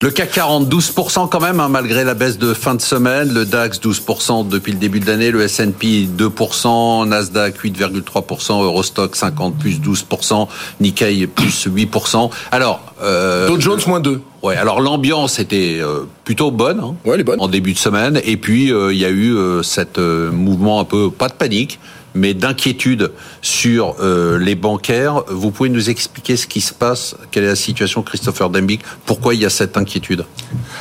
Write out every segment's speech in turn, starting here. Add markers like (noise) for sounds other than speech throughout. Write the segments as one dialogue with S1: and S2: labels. S1: Le CAC 40, 12% quand même, hein, malgré la baisse de fin de semaine. Le DAX, 12% depuis le début de l'année. Le S&P, 2%. Nasdaq, 8,3%. Eurostock, 50, plus 12%. Nikkei, plus 8%. Alors...
S2: Euh, Dow Jones, moins 2.
S1: Ouais, alors l'ambiance était euh, plutôt bonne hein,
S2: Ouais, elle est bonne.
S1: en début de semaine. Et puis, euh, il y a eu euh, cet euh, mouvement un peu, pas de panique, mais d'inquiétude sur euh, les bancaires. Vous pouvez nous expliquer ce qui se passe, quelle est la situation, Christopher Dembick Pourquoi il y a cette inquiétude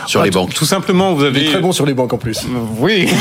S1: sur
S3: Ah,
S1: les
S3: tout-
S1: banques
S3: Tout simplement, vous
S2: Il est
S3: avez.
S2: très bon sur les banques en plus.
S3: Oui. (laughs)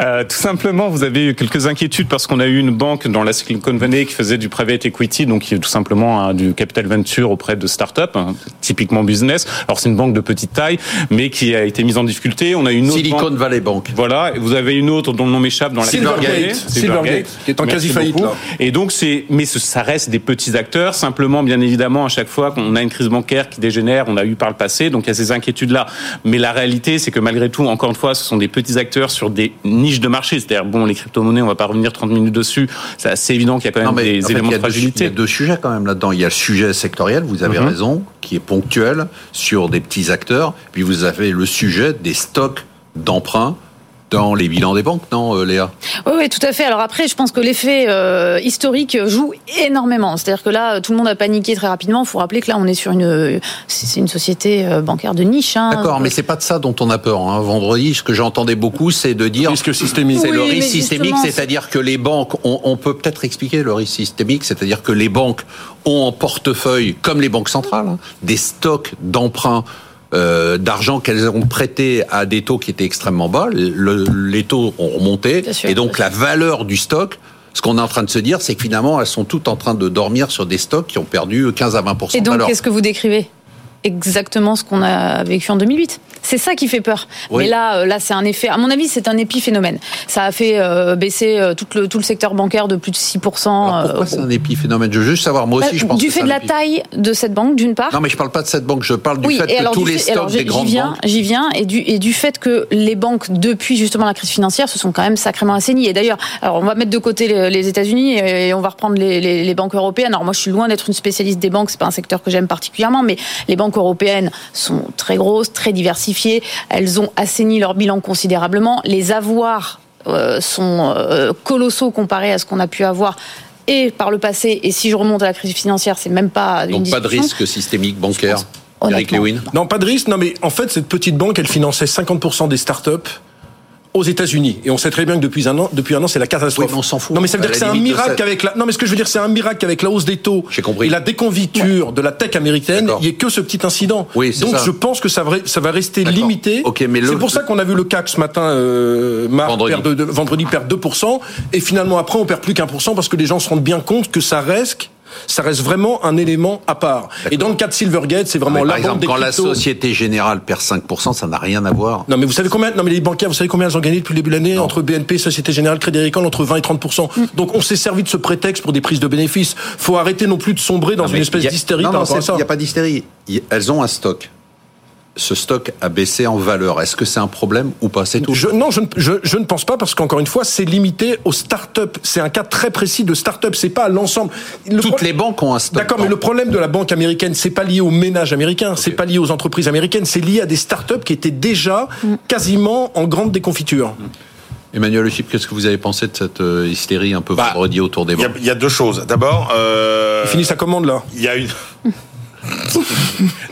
S3: Euh, tout simplement, vous avez eu quelques inquiétudes parce qu'on a eu une banque dans la Silicon Valley qui faisait du private equity, donc qui est tout simplement hein, du capital venture auprès de start-up, hein, typiquement business. Alors c'est une banque de petite taille, mais qui a été mise en difficulté. On a une autre
S1: Silicon
S3: banque-
S1: Valley Bank.
S3: Voilà, et vous avez une autre dont le nom m'échappe dans la
S2: Silvergate. Silvergate, qui est en
S3: Merci
S2: quasi-faillite,
S3: beaucoup.
S2: là.
S3: Et donc c'est, mais ce- ça reste des petits acteurs. Simplement, bien évidemment, à chaque fois qu'on a une crise bancaire qui dégénère, on a eu par le passé, donc il y a ces inquiétudes là. Mais la réalité, c'est que malgré tout, encore une fois, ce sont des petits acteurs sur des niches de marché. C'est-à-dire, bon, les crypto-monnaies, on va pas revenir 30 minutes dessus. C'est assez évident qu'il y a quand même
S1: Non, mais
S3: des
S1: en fait,
S3: éléments
S1: il y a
S3: de
S1: deux- Il
S3: fragilité.
S1: y a deux sujets quand même là-dedans. Il y a le sujet sectoriel, vous avez
S3: Mhm.
S1: raison, qui est ponctuel sur des petits acteurs. Puis vous avez le sujet des stocks d'emprunts dans les bilans des banques, non, euh, Léa
S4: Oui, oui, tout à fait. Alors après, je pense que l'effet euh, historique joue énormément. C'est-à-dire que là, tout le monde a paniqué très rapidement. Il faut rappeler que là, on est sur une, c'est une société euh, bancaire de niche. hein.
S1: D'accord, mais c'est pas de ça dont on a peur. hein. Vendredi, ce que j'entendais beaucoup, c'est de dire
S2: Risque systémique.
S1: C'est le
S4: Oui,
S1: risque
S4: mais
S1: systémique,
S4: justement,
S1: c'est-à-dire que les banques, on, on peut peut-être expliquer le risque systémique, c'est-à-dire que les banques ont en portefeuille, comme les banques centrales, hein, des stocks d'emprunts euh, d'argent qu'elles ont prêté à des taux qui étaient extrêmement bas. Le- les taux ont remonté,
S4: Bien sûr,
S1: et donc
S4: bien
S1: la valeur du stock. Ce qu'on est en train de se dire, c'est que finalement, elles sont toutes en train de dormir sur des stocks qui ont perdu 15 à 20
S4: Et
S1: de
S4: donc,
S1: valeur.
S4: qu'est-ce que vous décrivez Exactement ce qu'on a vécu en 2008. C'est ça qui fait peur.
S1: Oui.
S4: Mais là, euh, là, c'est un effet. À mon avis, c'est un épiphénomène. Ça a fait euh, baisser euh, tout le tout le secteur bancaire de plus de 6
S1: Alors,
S4: euh, Bah,
S1: pourquoi c'est un épiphénomène Je veux juste savoir, moi aussi, je pense
S4: du
S1: que
S4: fait
S1: c'est
S4: de
S1: un
S4: la
S1: épiphénomène.
S4: taille de cette banque, d'une part.
S1: Non, mais je parle pas de cette banque, je parle du
S4: oui,
S1: fait
S4: et
S1: que
S4: alors
S1: tous
S4: du
S1: les
S4: fait- alors,
S1: stocks des
S4: j'y-
S1: grandes
S4: j'y viens,
S1: banques.
S4: J'y viens, et du, et du fait que les banques, depuis justement la crise financière, se sont quand même sacrément assainies. Et d'ailleurs, alors on va mettre de côté les, les États-Unis et, et on va reprendre les, les- les banques européennes. Alors moi, je suis loin d'être une spécialiste des banques, c'est pas un secteur que j'aime particulièrement, mais les banques européennes sont très grosses, très diversifiées. Elles ont assaini leur bilan considérablement. Les avoirs euh, sont euh, colossaux comparés à ce qu'on a pu avoir. Et par le passé, et si je remonte à la crise financière, c'est même pas une
S1: Donc pas de
S4: discussion.
S1: risque systémique bancaire.
S4: Je pense,
S1: Eric
S4: honnêtement.
S1: Lewin.
S2: Non, pas de risque. Non, mais en fait, cette petite banque, elle finançait 50% des startups aux États-Unis. Et on sait très bien que depuis un an, depuis un an, c'est la catastrophe.
S1: Oui, mais on s'en fout.
S2: Non, mais ça veut
S1: À
S2: dire que
S1: la
S2: c'est un
S1: limite de
S2: miracle
S1: ça-
S2: qu'avec la. Non, mais ce que je veux dire, c'est un miracle qu'avec la hausse des taux
S1: J'ai compris.
S2: et la déconviture de la tech américaine,
S1: D'accord.
S2: il n'y ait que ce petit incident.
S1: Oui, c'est
S2: Donc
S1: ça.
S2: je pense que ça va, ça va rester
S1: D'accord.
S2: limité.
S1: Ok, mais le-
S2: C'est pour ça qu'on a vu le CAC ce matin, euh, Marc,
S1: Vendredi.
S2: perdre de- vendredi perdre 2%. Et finalement, après, on perd plus qu'un pour cent parce que les gens se rendent bien compte que ça reste. Ça reste vraiment un élément à part. Et dans le cas de Silvergate, c'est vraiment
S1: Mais
S2: la
S1: par
S2: banque
S1: exemple,
S2: des
S1: quand la
S2: cryptos.
S1: Société Générale perd 5%, ça n'a rien à voir.
S2: Non mais vous savez combien Non mais les bancaires, vous savez combien elles ont gagné depuis le début de l'année entre BNP, Société Générale, Crédit Agricole entre 20 et 30
S1: Mm.
S2: Donc on s'est servi de ce prétexte pour des prises de bénéfices. Faut arrêter non plus de sombrer dans
S1: Non, mais
S2: une espèce
S1: il y a-
S2: d'hystérie
S1: Non,
S2: par
S1: non,
S2: rapport à
S1: c'est-
S2: ça.
S1: Il n'y a pas d'hystérie. Il- Elles ont un stock. Ce stock a baissé en valeur. Est-ce que c'est un problème ou pas C'est tout.
S2: Je, non, je, ne- je, je ne pense pas parce qu'encore une fois, c'est limité aux start-up. C'est un cas très précis de start-up. C'est pas à l'ensemble. Le
S1: Toutes
S2: pro-
S1: les banques ont un stock.
S2: D'accord, mais le problème de la banque américaine, c'est pas lié aux ménages américains, c'est pas lié aux entreprises américaines, c'est lié à des start-up qui étaient déjà
S1: Mm.
S2: quasiment en grande déconfiture.
S1: Emmanuel Le Chip, qu'est-ce que vous avez pensé de cette euh, hystérie un peu
S5: Bah,
S1: vendredi autour des
S5: Il y, a,
S1: banques
S5: il y a deux choses. D'abord, euh,
S2: Il finit sa commande là.
S5: il y a une. (laughs)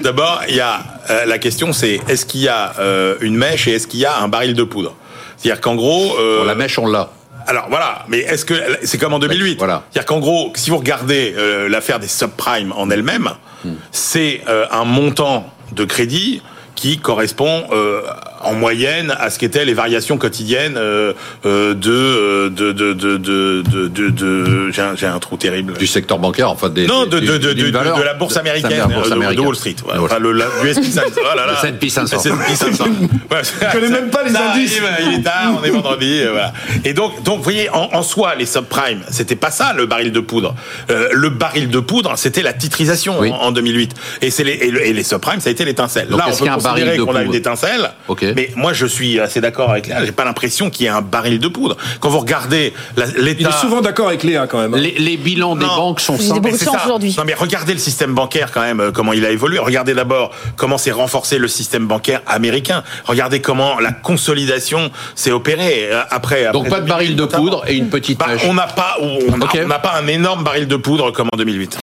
S5: D'abord, il y a euh, la question, c'est est-ce qu'il y a euh, une mèche et est-ce qu'il y a un baril de poudre C'est-à-dire qu'en gros, euh,
S1: Bon, La mèche, on l'a.
S5: alors voilà, mais est-ce que c'est comme en 2008
S1: Voilà.
S5: C'est-à-dire qu'en gros, si vous regardez euh, l'affaire des subprimes en elle-même,
S1: Hmm.
S5: c'est euh, un montant de crédit qui correspond euh, en moyenne à ce qu'étaient les variations quotidiennes euh, euh, de, euh, de de de de de de, de- j'ai un, j'ai un trou terrible.
S1: Du secteur bancaire, enfin des.
S5: non,
S1: des-
S5: de, de,
S1: d'une
S5: de, de,
S1: valeur.
S5: de la bourse américaine,
S1: la bourse
S5: euh, de-
S1: américaine.
S5: de Wall Street. ouais.
S1: De Wall
S5: Enfin, le, la- du S&P 500. Oh là là.
S1: Le S&P 500.
S5: S&P 500. Ouais,
S2: (laughs) Je connais même pas les
S5: ça
S2: indices.
S5: arrive, il est tard, on est vendredi. euh, voilà. Et donc, donc, vous voyez, en, en soi, les subprimes, c'était pas ça le baril de poudre. Euh, le baril de poudre, c'était la titrisation
S1: Oui.
S5: en, en 2008. Et, c'est les, et, le- et les subprimes, ça a été l'étincelle.
S1: Donc,
S5: Là, on
S1: est-ce
S5: peut
S1: qu'il y a un baril
S5: considérer
S1: de
S5: qu'on a une
S1: poudre
S5: étincelle.
S1: Ok.
S5: Mais moi, je suis assez d'accord avec Léa. J'ai pas l'impression qu'il y ait un baril de poudre. Quand vous regardez la-
S2: Il
S5: l'état.
S2: est souvent d'accord avec Léa quand même. hein.
S1: Les, les bilans des
S5: Non.
S1: banques sont
S4: Vous
S1: simples.
S4: avez beaucoup
S5: Mais
S4: de
S5: c'est
S4: chance
S5: ça.
S4: aujourd'hui.
S5: Non mais regardez le système bancaire quand même, euh, comment il a évolué. Regardez d'abord comment s'est renforcé le système bancaire américain. Regardez comment la consolidation s'est opérée euh, après.
S1: Donc
S5: après
S1: pas de baril de
S5: 2008,
S1: poudre et une petite
S5: Bah,
S1: mèche.
S5: on n'a pas, on n'a-
S1: Ok.
S5: on n'a pas un énorme baril de poudre comme en 2008.